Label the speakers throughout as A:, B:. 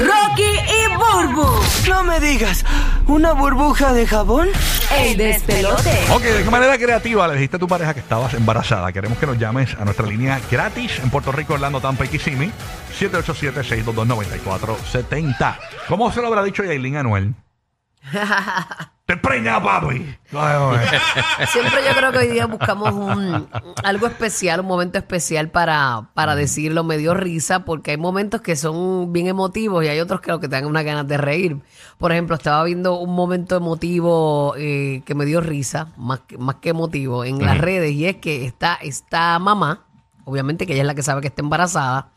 A: Rocky y Burbu,
B: No me digas, ¿una burbuja de jabón?
A: el despelote.
C: Ok, ¿de qué manera creativa le dijiste a tu pareja que estabas embarazada? Queremos que nos llames a nuestra línea gratis en Puerto Rico, Orlando, Tampa y Kissimmee, 787-622-9470. ¿Cómo se lo habrá dicho Yailin a Anuel? ¡Te preña, papi! Ay, hombre.
D: Siempre yo creo que hoy día buscamos un, algo especial, un momento especial para, para decirlo. Me dio risa porque hay momentos que son bien emotivos y hay otros que lo que te dan unas ganas de reír. Por ejemplo, estaba viendo un momento emotivo eh, que me dio risa, más que, más que emotivo, en las redes y es que está esta mamá, obviamente que ella es la que sabe que está embarazada,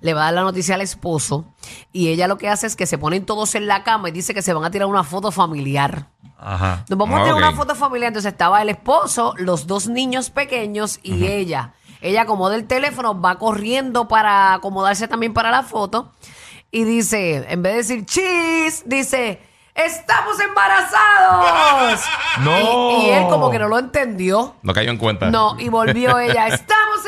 D: le va a dar la noticia al esposo y ella lo que hace es que se ponen todos en la cama y dice que se van a tirar una foto familiar.
C: Ajá.
D: Nos vamos a tener
E: Ah, ok.
D: una foto familiar. Entonces estaba el esposo, los dos niños pequeños y ella. Ella acomoda el teléfono, va corriendo para acomodarse también para la foto. Y dice, en vez de decir cheese, dice, ¡estamos embarazados!
C: ¡No!
D: Y, y él como que no lo entendió.
E: No cayó en cuenta.
D: No, y volvió ella, ¡estamos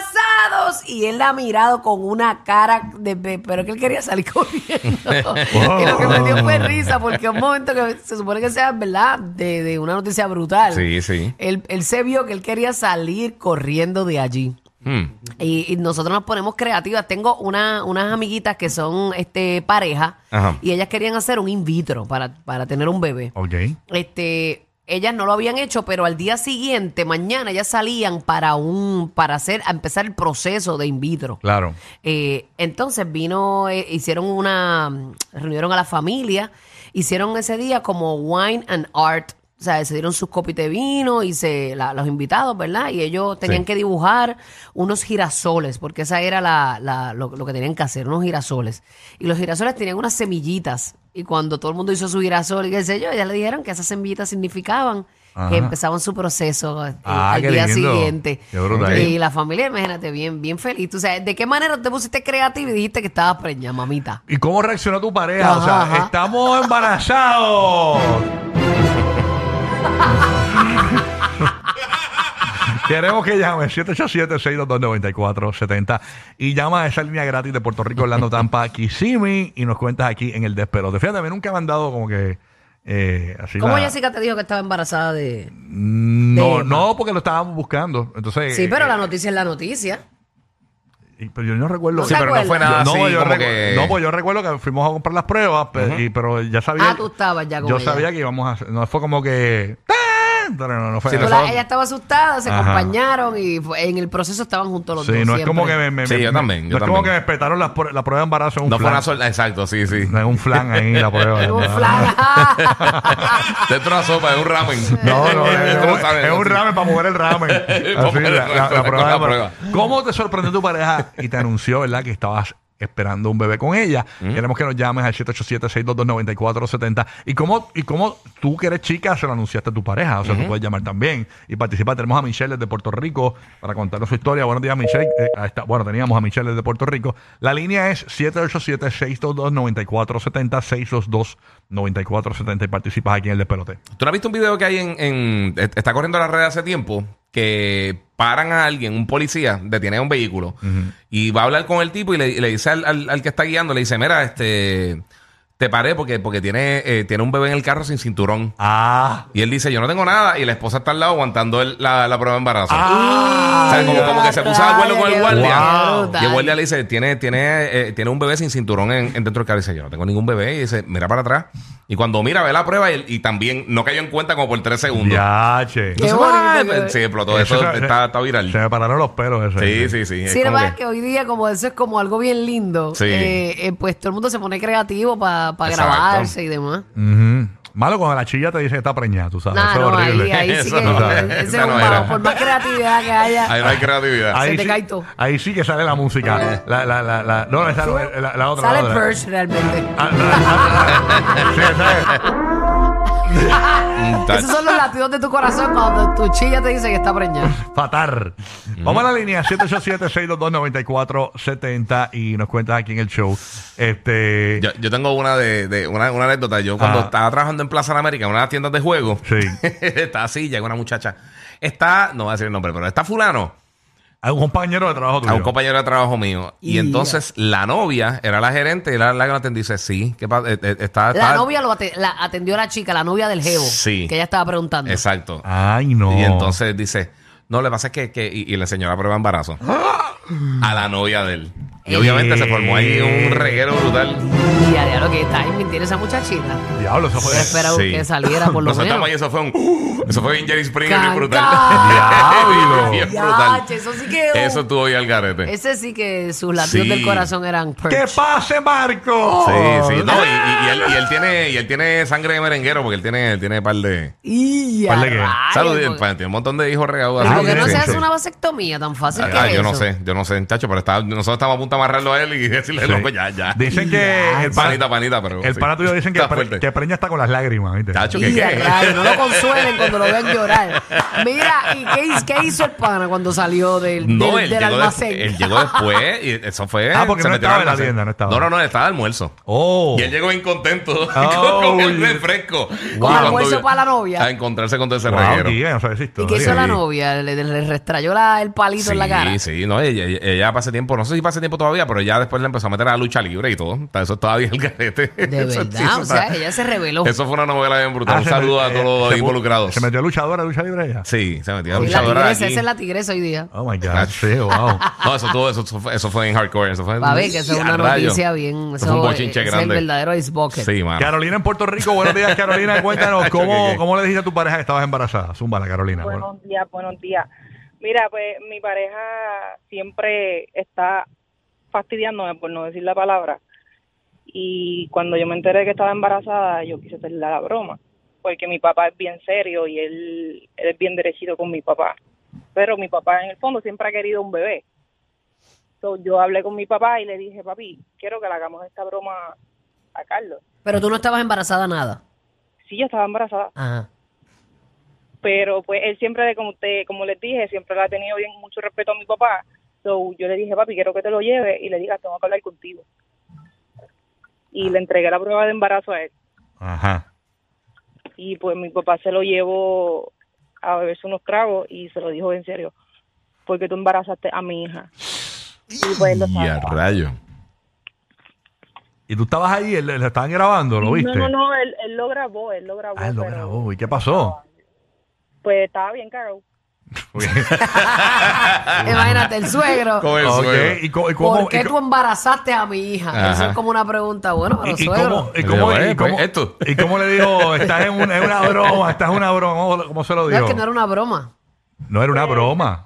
D: embarazados! Y él la ha mirado con una cara de... de- pero que él quería salir corriendo. Y lo que me dio fue risa, porque un momento que se supone que sea, ¿verdad? De, de una noticia brutal.
E: Sí, sí.
D: Él, él se vio que él quería salir corriendo de allí.
E: Hmm.
D: Y, y nosotros nos ponemos creativas. Tengo una- unas amiguitas que son este pareja
E: Ajá.
D: y ellas querían hacer un in vitro para, para tener un bebé
C: Ok.
D: este ellas no lo habían hecho, pero al día siguiente, mañana, ellas salían para un, para hacer, a empezar el proceso de in vitro.
C: Claro.
D: Eh, entonces vino, eh, hicieron una, reunieron a la familia, hicieron ese día como wine and art. O sea, se dieron sus copitas de vino y se, la- los invitados, ¿verdad? Y ellos tenían
E: Sí.
D: que dibujar unos girasoles, porque esa era la, la- lo, lo que tenían que hacer, unos girasoles. Y los girasoles tenían unas semillitas. Y cuando todo el mundo hizo su girasol y qué sé yo, ya le dijeron que esas semillitas significaban
C: Ajá.
D: que empezaban su proceso eh,
C: Ah,
D: al
C: qué
D: día
C: lindo.
D: siguiente.
C: Qué brutal.
D: Y la familia, imagínate, bien, bien feliz. Tú sabes, ¿de qué manera te pusiste creativa y dijiste que estabas preñada, mamita?
C: ¿Y cómo reaccionó tu pareja? o
D: Ajá,
C: sea,
D: ajá.
C: estamos embarazados. Queremos que llame 787-622-9470 y llama a esa línea gratis de Puerto Rico, Orlando, Tampa, Kissimmee y nos cuentas aquí en el despelote. Fíjate, a mí nunca me han dado como que eh, así
D: ¿Cómo
C: la-
D: Jessica te dijo que estaba embarazada de...?
C: No,
D: tema?
C: no, porque lo estábamos buscando. Entonces,
D: Sí, pero
C: eh,
D: la noticia es la noticia.
C: y- pero yo no recuerdo.
D: ¿No
E: Sí,
D: se
E: pero no fue nada
C: Yo-
E: así
C: no, yo
E: como
C: recu-
E: que...
C: no, pues yo recuerdo que fuimos a comprar las pruebas, pe- y- pero ya sabía.
D: Ah, tú estabas ya con
C: Yo
D: ella.
C: sabía que íbamos a hacer. No fue como que. ¡Ah! Pero no, no fue.
E: Sí,
D: Pero
C: no,
D: la-
E: nosotros-
D: ella estaba asustada, se
C: Ajá.
D: acompañaron y fue- en el proceso estaban juntos los
C: sí,
D: dos.
C: no es
D: siempre.
C: como que me. me-
E: Sí,
C: me-
E: yo también,
C: No
E: yo
C: es como
E: también.
C: que me espetaron la, la prueba de embarazo en un
E: No fue
C: flan.
E: una sola... Exacto, sí, sí.
C: No, en un flan ahí, la prueba.
D: Es un
C: No,
D: flan.
E: Dentro de una sopa, es un ramen.
C: No, no, es,
E: Tú lo sabes,
C: es un
E: así.
C: ramen para mover el ramen. Así,
E: Para mover el
C: la- la- la
E: ramen,
C: prueba
E: con la
C: de-
E: prueba.
C: ¿Cómo te sorprendió tu pareja y te anunció, verdad, que estabas esperando un bebé con ella?
E: Mm.
C: Queremos que nos llames al 787-622-9470. ¿Y cómo, ¿Y cómo tú, que eres chica, se lo anunciaste a tu pareja? O sea, tú puedes llamar también y participar. Tenemos a Michelle desde Puerto Rico para contarnos su historia. Buenos días, Michelle. Eh, ahí está. Bueno, teníamos a Michelle desde Puerto Rico. La línea es 787-622-9470, 622-9470 y participas aquí en el despelote.
E: ¿Tú no has visto un video que hay en... en- est- está corriendo la red hace tiempo que paran a alguien, un policía, detiene un vehículo y va a hablar con el tipo y le, y le dice al, al- al que está guiando, le dice, mira, este... Te paré porque, porque tiene, eh, tiene un bebé en el carro sin cinturón.
C: Ah,
E: Y él dice, yo no tengo nada. Y la esposa está al lado aguantando el- la, la prueba de embarazo.
C: Ah.
E: O sea, como, como que se puso de acuerdo con el guardia.
D: Wow.
E: Y el guardia le dice, tiene, tiene, eh, tiene un bebé sin cinturón en, en dentro del carro. Y dice, yo no tengo ningún bebé. Y dice, mira para atrás. Y cuando mira, ve la prueba y, y también no cayó en cuenta como por tres segundos.
C: Ya, che.
D: Qué
E: Entonces,
D: bonito
E: ¡ah!
D: que-
E: Sí, explotó. Eso,
C: Eso se-
E: está, está
C: Se
E: viral.
C: me pararon los pelos
E: Sí,
C: ese.
E: sí, sí. es
D: Sí, la
E: como
D: verdad es
E: que-
D: que hoy día como eso es como algo bien lindo,
E: Sí.
D: eh, eh, pues todo el mundo se pone creativo para
E: Exacto.
D: grabarse y demás.
C: Ujú. Malo cuando la chilla te dice que está preñada, tú
E: Ah,
C: sabes.
D: Nah,
C: eso es
D: no, ahí,
C: horrible.
D: ahí sí
E: Eso
D: que
E: no era.
D: ese
E: Esa
D: es un
E: no era.
D: bajo. Por más creatividad que haya.
E: Ahí no hay creatividad.
D: Se te
C: sí,
D: cae todo.
C: ahí sí que sale la música. La, la, la, la, no, esa no, la, la otra.
D: Sale
C: la otra.
D: Purge realmente.
C: Ah, la- la- la- sí, esa es.
E: Mm,
D: Esos son los latidos de tu corazón cuando tu chilla te dice que está preñada.
E: Ah,
C: Fatar. Vamos a la línea 787-622-9470 y nos cuentas aquí en el show. Este.
E: Yo, yo tengo una de, de- una, una anécdota. Yo cuando
C: Ah.
E: estaba trabajando en Plaza de América, en una de las tiendas de juegos,
C: Sí.
E: está así, llega una muchacha. Está, no voy a decir el nombre, pero está fulano,
C: A un compañero de trabajo tuyo.
E: a un compañero de trabajo mío. Y
D: Ya.
E: entonces la novia era la gerente y era la que la atendía. y Dice, sí, ¿qué pasa? Eh, eh,
D: La
E: está, está-
D: novia lo ate- la atendió la chica, la novia del jevo.
E: Sí.
D: Que ella estaba preguntando.
E: Exacto.
C: Ay, Ah, no.
E: Y entonces dice, no, lo que pasa es que, que- y, y la señora prueba embarazo a la novia de él. Y
D: Eh.
E: obviamente se formó ahí un reguero brutal.
D: Y a diablo que está mintiendo esa muchachita.
C: Diablo, eso fue.
D: Yo esperaba
E: Sí.
D: que saliera por lo
E: Nosotros estamos ahí,
D: menos.
E: eso fue un. Eso fue bien Jerry Springer, bien brutal.
C: Diablo.
E: bien
D: Ya,
E: brutal.
D: che, eso sí que-
E: Eso estuvo hoy al garete.
D: Ese sí que sus latidos
E: Sí.
D: del corazón eran Purge.
C: ¡Que pase, Marco!
E: Sí, sí. No, y, y- y él, y él tiene, y él tiene sangre de merenguero porque él tiene, él tiene par de.
D: Y
C: ¿Cuál de qué?
D: a
E: Salud,
D: rayos,
E: él pa- tiene un montón de hijos regados.
D: Pero
C: Ah,
D: ¿por qué
C: sí,
D: no
C: sí,
D: se hace
C: sí.
D: una vasectomía tan fácil que
E: Ah, yo
D: eso?
E: no sé, yo no sé, muchacho, pero está- nosotros estamos a punto de amarrarlo a él y decirle,
C: Sí.
E: loco, ya, ya.
C: Dicen que el pana,
E: Panita, panita, pero.
C: el
E: sí.
C: pana tuyo dicen que,
E: Está
C: pre-
E: fuerte.
C: que preña está con las lágrimas, ¿viste?
E: Tacho, que
D: Y a
E: qué.
D: rayos, no lo consuelen cuando lo vean llorar. Mira, ¿y qué, hi- qué hizo el pana cuando salió del,
E: No,
D: del-
E: él,
D: del
E: llegó
D: almacén?
E: des- él llegó después y eso fue.
C: Ah, porque
E: se
C: no estaba
E: metieron al
C: en la
E: almacén.
C: tienda, no estaba.
E: No, no, no, estaba de almuerzo.
C: ¡Oh!
E: Y él llegó bien contento
C: Oh,
E: con el
C: y-
E: refresco.
D: Con
E: Y cuando
D: almuerzo
E: vio-
D: para la novia.
E: A encontrarse con todo ese
C: Wow,
E: reguero.
C: tía, no sabes esto.
D: ¿Y qué hizo la novia? ¿Le, le restrayó la- el palito en la cara?
E: Sí, sí, no, ella, ella, ella pasa tiempo, no sé si pasa tiempo todavía, pero ya después le empezó a meter a la lucha libre y todo. Eso estaba bien el carete.
D: De
E: Eso-
D: verdad,
E: eso
D: o
E: está-
D: sea, ella se reveló.
E: Eso fue una novela bien
C: Ah,
E: brutal. Un saludo a todos los involucrados.
C: eh, ¿Se metió luchadora, lucha libre ella?
E: Sí, se metió a
D: Y la
E: luchadora.
D: tigresa,
E: aquí.
D: esa es la tigresa hoy día.
C: Oh my God, sí, wow.
E: No, eso todo, eso, eso fue, eso fue en hardcore. Eso fue
D: Va a ver que eso es
E: ¡Ya,
D: una
E: rayo!
D: noticia bien.
E: Eso
D: Eso,
E: fue un
D: es,
E: bochinche
D: es el
E: grande.
D: verdadero ice bucket.
E: Sí, mano.
C: Carolina en Puerto Rico, buenos días, Carolina. Cuéntanos,
E: ¿Qué,
C: ¿cómo,
E: qué?
C: ¿cómo le dijiste a tu pareja que estabas embarazada? Zúmbala, Carolina.
F: Buenos
C: Bueno.
F: días, buenos días. Mira, pues mi pareja siempre está fastidiándome, por no decir la palabra. Y cuando yo me enteré que estaba embarazada, yo quise hacerle la broma, porque mi papá es bien serio y él, él es bien derechito con mi papá. Pero mi papá en el fondo siempre ha querido un bebé. So, yo hablé con mi papá y le dije, papi, quiero que le hagamos esta broma a Carlos.
D: Pero tú no estabas embarazada nada.
F: Sí, yo estaba embarazada.
D: Ajá.
F: pero pues él siempre de- como usted como les dije siempre le ha tenido bien mucho respeto a mi papá so, yo le dije papi quiero que te lo lleve y le digas tengo que hablar contigo y le entregué la prueba de embarazo a él
C: Ajá.
F: y pues mi papá se lo llevó a beberse unos tragos y se lo dijo en serio porque tú embarazaste a mi hija y pues él lo
E: Y a
F: sabe.
E: rayo.
C: ¿Y tú estabas ahí? ¿Le le estaban grabando? ¿Lo viste?
F: no no no él, él lo grabó él lo grabó
C: Ah, lo
F: pero,
C: grabó. ¿Y qué pasó?
F: pues estaba bien caro
E: Ah.
D: Eh, Imagínate, el suegro.
E: Con el
C: Ok,
E: suegro.
C: ¿Y, co- y cómo,
D: ¿Por qué
C: y co-
D: tú embarazaste a mi hija? Eso
E: Ajá.
D: es como una pregunta. Bueno, pero
C: y- y
D: suegro.
C: cómo, y cómo-
E: Pero,
C: y
E: eh, pues,
C: cómo-
E: esto.
C: y cómo le dijo, estás en una, en una broma, estás en una broma, ¿cómo- ¿cómo se lo
D: No,
C: dijo?
D: es que no era una broma.
C: No era una broma.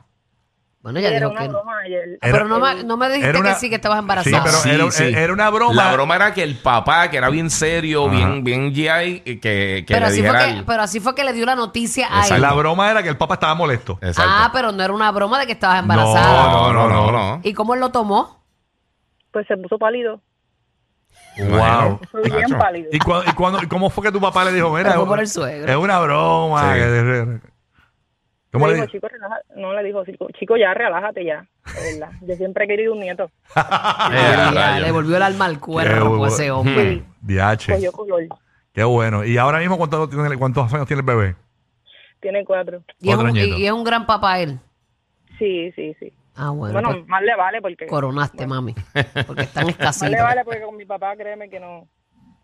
D: Bueno,
F: Sí,
D: ella
F: era
D: dijo
F: una
D: que no.
F: broma y él-
C: Era-
D: pero no me, no me dijiste
C: Era una-
D: que sí, que estabas
C: Sí,
D: embarazada.
C: pero
E: Sí,
C: era,
E: sí.
C: era una broma.
E: La broma era que el papá, que era bien serio,
C: Ajá.
E: bien, bien GI, y que, que
D: Pero
E: le
D: así, fue
E: dijera.
D: que,
E: el-
D: pero así fue que le dio la noticia a él.
E: Exacto. Eh,
C: La broma era que el papá estaba molesto.
E: Exacto.
D: Ah, pero no era una broma de que estabas
E: no,
D: embarazada.
E: no, no, no, no.
D: ¿Y cómo él lo tomó?
F: pues se puso pálido
C: Wow.
F: fue bien
E: Nacho.
F: pálido
C: ¿Y, cua- y cuándo- y cómo fue que tu papá le dijo, mira,
D: Pero fue
C: es-
D: por el suegro.
C: es una broma?
E: Sí.
C: que- ¿Cómo
F: Le
C: le
F: dijo,
C: dijo?
F: chico, relaja- No le dijo, chico, chico, ya relájate ya. de verdad. Yo siempre he querido un nieto.
E: Eh, a
D: Ay, ya,
E: rayos.
D: le volvió el alma al
C: Eh,
D: cuerpo a ese
C: Mm.
D: hombre.
C: DH.
F: Cogió color.
C: Qué bueno. ¿Y ahora mismo cuánto tiene- cuántos años tiene el bebé?
F: Tiene cuatro.
D: Y es,
C: Otro
D: un, y-
C: nieto.
D: y es un gran papá él.
F: Sí, sí, sí.
D: Ah, bueno.
F: Bueno,
D: pues
F: más le vale porque.
D: coronaste, mami. Porque están
F: Más le
D: escasitos.
F: vale porque con mi papá, créeme que no.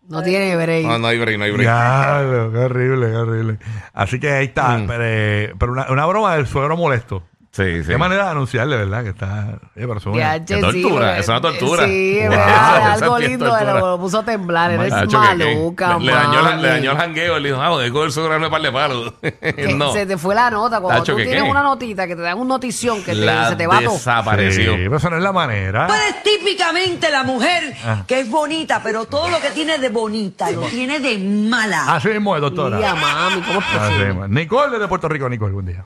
D: No tiene break.
E: No, no hay break, no hay break. Mm.
C: Diablo, qué horrible, qué horrible. Así que ahí está. Pero, eh, pero una, una broma del suegro molesto.
E: Sí, sí.
C: Qué manera de anunciarle, ¿verdad? Que está. Eh, pero eso es
D: Ya,
C: bueno.
D: che,
E: Qué tortura,
D: sí,
E: es una tortura.
D: Sí,
E: Wow,
D: ¿verdad?
E: esa
D: algo
E: tía es
D: lindo,
E: tortura.
D: lo, lo puso a temblar. Eres
E: Macho, que- que-
D: maluca,
E: Ah, le, le dañó la- le
D: mami.
E: dañó el jangueo. Le dijo, ah, de coger su par de palos.
D: Que
E: no.
D: Se te fue la nota. Cuando
E: Tacho,
D: tú
E: ¿que
D: tienes
E: qué?
D: una notita que te dan un notición que te-
E: La
D: se te va todo.
E: desapareció.
C: Sí, pero eso no es la manera.
D: Pues,
G: Eres típicamente la mujer que es bonita, pero todo lo que tiene de bonita lo tiene de mala.
C: Así mismo es, doctora.
D: Mira, mami, ¿cómo es
C: Así
D: posible?
C: mismo es. Nicole desde Puerto Rico, Nicole, buen día.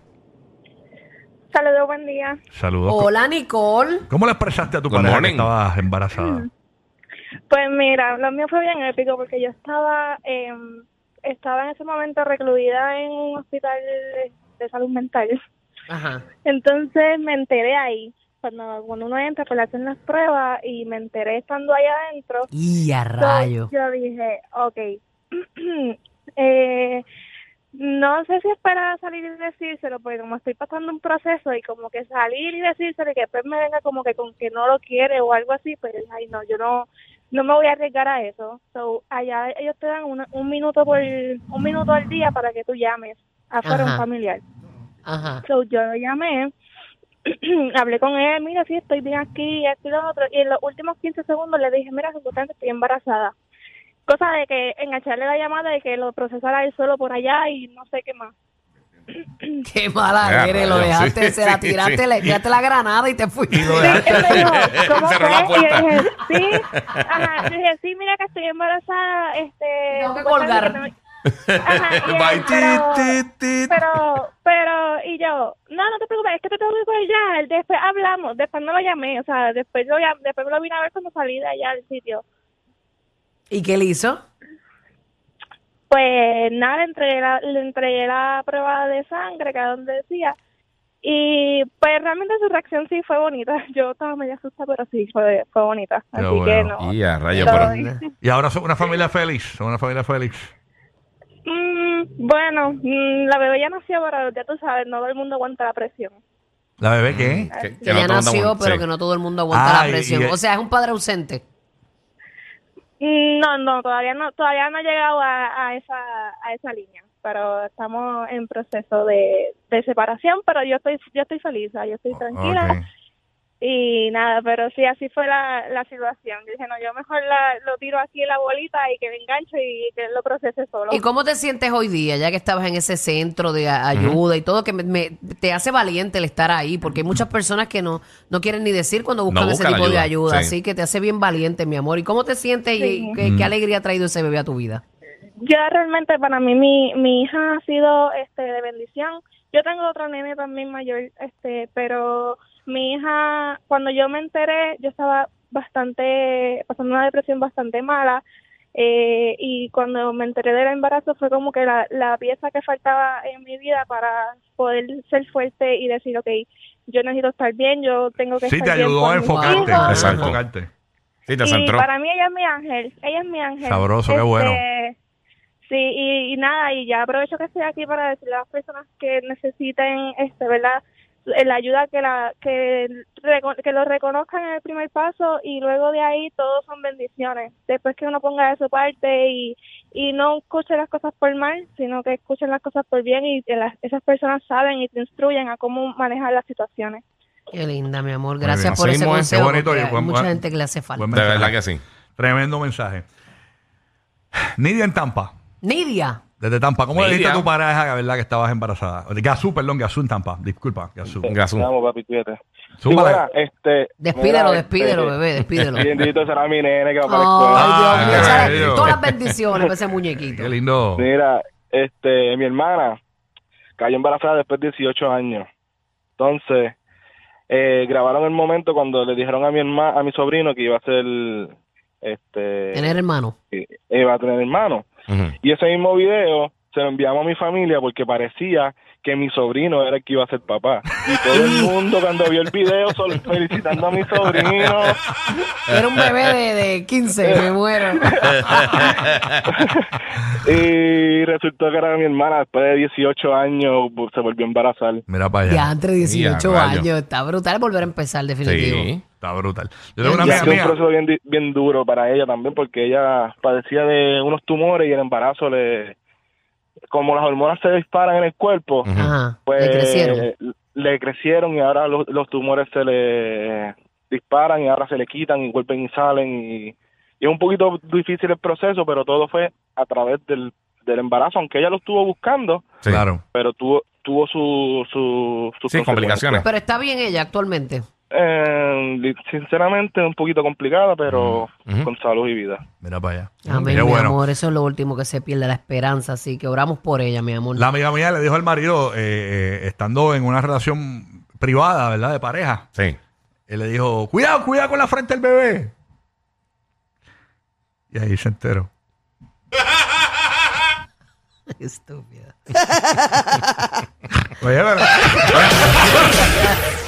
F: Saludos, buen día.
C: Saludos.
D: Hola, Nicole.
C: ¿Cómo le expresaste a tu
E: Good
C: pareja
E: morning.
C: que estabas embarazada?
F: Pues mira, lo mío fue bien épico porque yo estaba, eh, estaba en ese momento recluida en un hospital de- de salud mental.
D: Ajá.
F: Entonces me enteré ahí. Cuando, cuando uno entra, pues le hacen las pruebas y me enteré estando ahí adentro.
D: Y a
F: So,
D: rayo.
F: Yo dije, ok, eh, no sé si esperaba salir y decírselo, porque como estoy pasando un proceso y como que salir y decírselo y que después me venga como que con que no lo quiere o algo así, pues ay no, yo no no me voy a arriesgar a eso. So, allá ellos te dan una- un minuto por un minuto al día para que tú llames afuera a un
D: Ajá.
F: familiar.
D: Ajá.
F: So, yo lo llamé, hablé con él, mira, sí, estoy bien aquí, esto y lo otro. Y en los últimos 15 segundos le dije, mira, supuestamente estoy embarazada. Cosa de que engancharle la llamada y que lo procesara él solo por allá y no sé qué más.
D: Qué mala
E: Ah,
D: eres, lo
E: rayos,
D: dejaste,
E: sí,
D: se la
E: sí,
D: tiraste,
E: sí.
D: le tiraste la granada y te fuiste.
F: Él me dijo, ¿cómo
E: Cerró la
F: fue? Y yo
E: puerta.
F: dije, sí, ajá, yo dije, sí, mira que estoy embarazada, este...
D: Tengo que
F: supuestamente
D: colgar.
F: no- Ajá, y él,
E: Bye,
F: pero-
E: ti, ti, ti.
F: pero, pero, y yo, no, no te preocupes, es que te tengo que colgar, después hablamos, después no lo llamé, o sea, después lo, llam- después lo vine a ver cuando salí de allá del sitio.
D: ¿Y qué le hizo?
F: Pues nada, le entregué la, le entregué la prueba de sangre, que era donde decía, y pues realmente su reacción sí fue bonita, yo estaba medio asustada, pero sí, fue, fue bonita,
C: Qué
F: así que
C: bueno.
F: no.
E: Y a rayo,
F: Todo
E: pero...
F: bien.
C: Y ahora son una familia feliz. Son una familia feliz.
F: Mm, bueno, mm, la bebé ya nació, pero ya tú sabes, no todo el mundo aguanta la presión.
C: ¿La bebé qué?
E: que- que
D: Que
E: no
D: ya
E: todo el mundo-
D: nació, pero
E: sí.
D: que no todo el mundo aguanta
C: Ah, y-
D: la presión.
C: y-
D: o sea, es un padre ausente.
F: Mm, No, no, todavía no, todavía no he llegado a, a esa a esa línea, pero estamos en proceso de, de separación, pero yo estoy yo estoy feliz, o sea, yo estoy tranquila
C: Ok.
F: y nada, pero sí así fue la, la situación. Yo dije, no, yo mejor la- lo tiro aquí en la bolita y que me enganche y que él lo procese solo.
D: ¿Y cómo te sientes hoy día, ya que estabas en ese centro de a- ayuda y todo, que me- me- te hace valiente el estar ahí? Porque hay muchas personas que no, no quieren ni decir cuando buscan ese
E: buscan
D: tipo de
E: ayuda,
D: ayuda.
E: sí.
D: Así que te hace bien valiente, mi amor. ¿Y cómo te sientes y-
F: Sí.
D: y qué, qué alegría ha traído ese bebé a tu vida?
F: Yo realmente para mí mi, mi hija ha sido este de bendición. Yo tengo otro nene también mayor, este, pero mi hija cuando yo me enteré yo estaba bastante pasando una depresión bastante mala eh, y cuando me enteré del embarazo fue como que la, la pieza que faltaba en mi vida para poder ser fuerte y decir, ok, yo necesito estar bien, yo tengo que
D: Pues
C: Sí,
F: estar
C: te
F: bien
C: ayudó
F: por
C: a
F: mis
C: enfocarte. te
F: hijos".
C: ayudó a
E: Exacto.
C: enfocarte.
E: Sí, te
F: Sí,
E: centró.
F: para mí ella es mi ángel, ella es mi ángel. Este,
C: Sabroso, qué bueno.
F: Sí, y, y nada, y ya aprovecho que estoy aquí para decirle a las personas que necesiten, este, ¿verdad? La ayuda que la que, reco- que lo reconozcan en el primer paso y luego de ahí todo son bendiciones. Después que uno ponga de su parte y, y no escuche las cosas por mal, sino que escuchen las cosas por bien y que las, esas personas saben y te instruyen a cómo manejar las situaciones.
D: Qué linda, mi amor.
E: bien.
D: Gracias por
E: Así
D: ese
E: mismo es, qué
D: consejo.
C: bonito,
D: porque
C: y
D: hay
C: buen-
D: mucha
C: buen-
D: gente que le hace falta.
C: buen
E: De
C: mensaje.
E: verdad que sí.
C: Tremendo mensaje. Nidia en Tampa.
D: Nidia.
C: Desde Tampa, ¿cómo le
E: Nidia.
C: dijiste a tu pareja que, verdad, que estabas embarazada? Gasú, perdón, Gasú en Tampa. Disculpa, Gasú.
E: Gasú.
H: Vamos, papi, cuídate.
C: Súmale.
H: Sí, bueno, este,
D: Despídelo,
H: mira,
D: despídelo,
H: este,
D: bebé, despídelo.
H: Bendito será mi nene que va para la escuela.
D: Ay, Dios mío,
C: Ah,
D: échale
C: Dios.
D: todas las bendiciones para ese muñequito.
C: Qué lindo.
H: Mira, este, mi hermana cayó embarazada después de 18 años. Entonces, eh, grabaron el momento cuando le dijeron a mi herma, a mi sobrino que iba a ser, este,
D: Tener hermano.
H: que iba a tener hermano.
E: Ujú.
H: Y ese mismo video se lo enviamos a mi familia porque parecía que mi sobrino era el que iba a ser papá. Y todo el mundo cuando vio el video solo felicitando a mi sobrino.
D: Era un bebé de, de 15, me muero.
H: Y resultó que era mi hermana, después de 18 años se volvió a embarazar.
C: Mira para allá.
D: Ya entre 18
E: Ya, rayos.
D: años. Está brutal volver a empezar, definitivo.
E: Sí.
C: Está brutal. Yo tengo una
D: Ya,
C: amiga
H: Ha sido un
C: mía.
H: proceso bien, di- bien duro para ella también, porque ella padecía de unos tumores y el embarazo le... Como las hormonas se disparan en el cuerpo,
D: Ajá.
H: pues
D: le crecieron.
H: l- le crecieron y ahora los, los tumores se le disparan y ahora se le quitan y vuelven y salen y, y es un poquito difícil el proceso, pero todo fue a través del, del embarazo, aunque ella lo estuvo buscando,
E: Sí.
C: Claro.
H: pero tuvo tuvo su, su, sus
E: Sí,
H: consecuencias.
E: complicaciones.
D: Pero está bien ella actualmente.
H: Eh, li- sinceramente un poquito complicada, pero
E: Mm, Ujú.
H: con salud y vida.
C: Mira para allá.
D: Amén,
C: Qué
D: mi
C: bueno.
D: amor. Eso es lo último que se pierde, la esperanza. Así que oramos por ella, mi amor.
C: La amiga mía le dijo al marido, eh, eh, estando en una relación privada, ¿verdad? De pareja.
E: Sí.
C: Él le dijo, cuidado, cuidado con la frente del bebé. Y ahí se enteró.
D: Estúpida.
C: Oye, pero-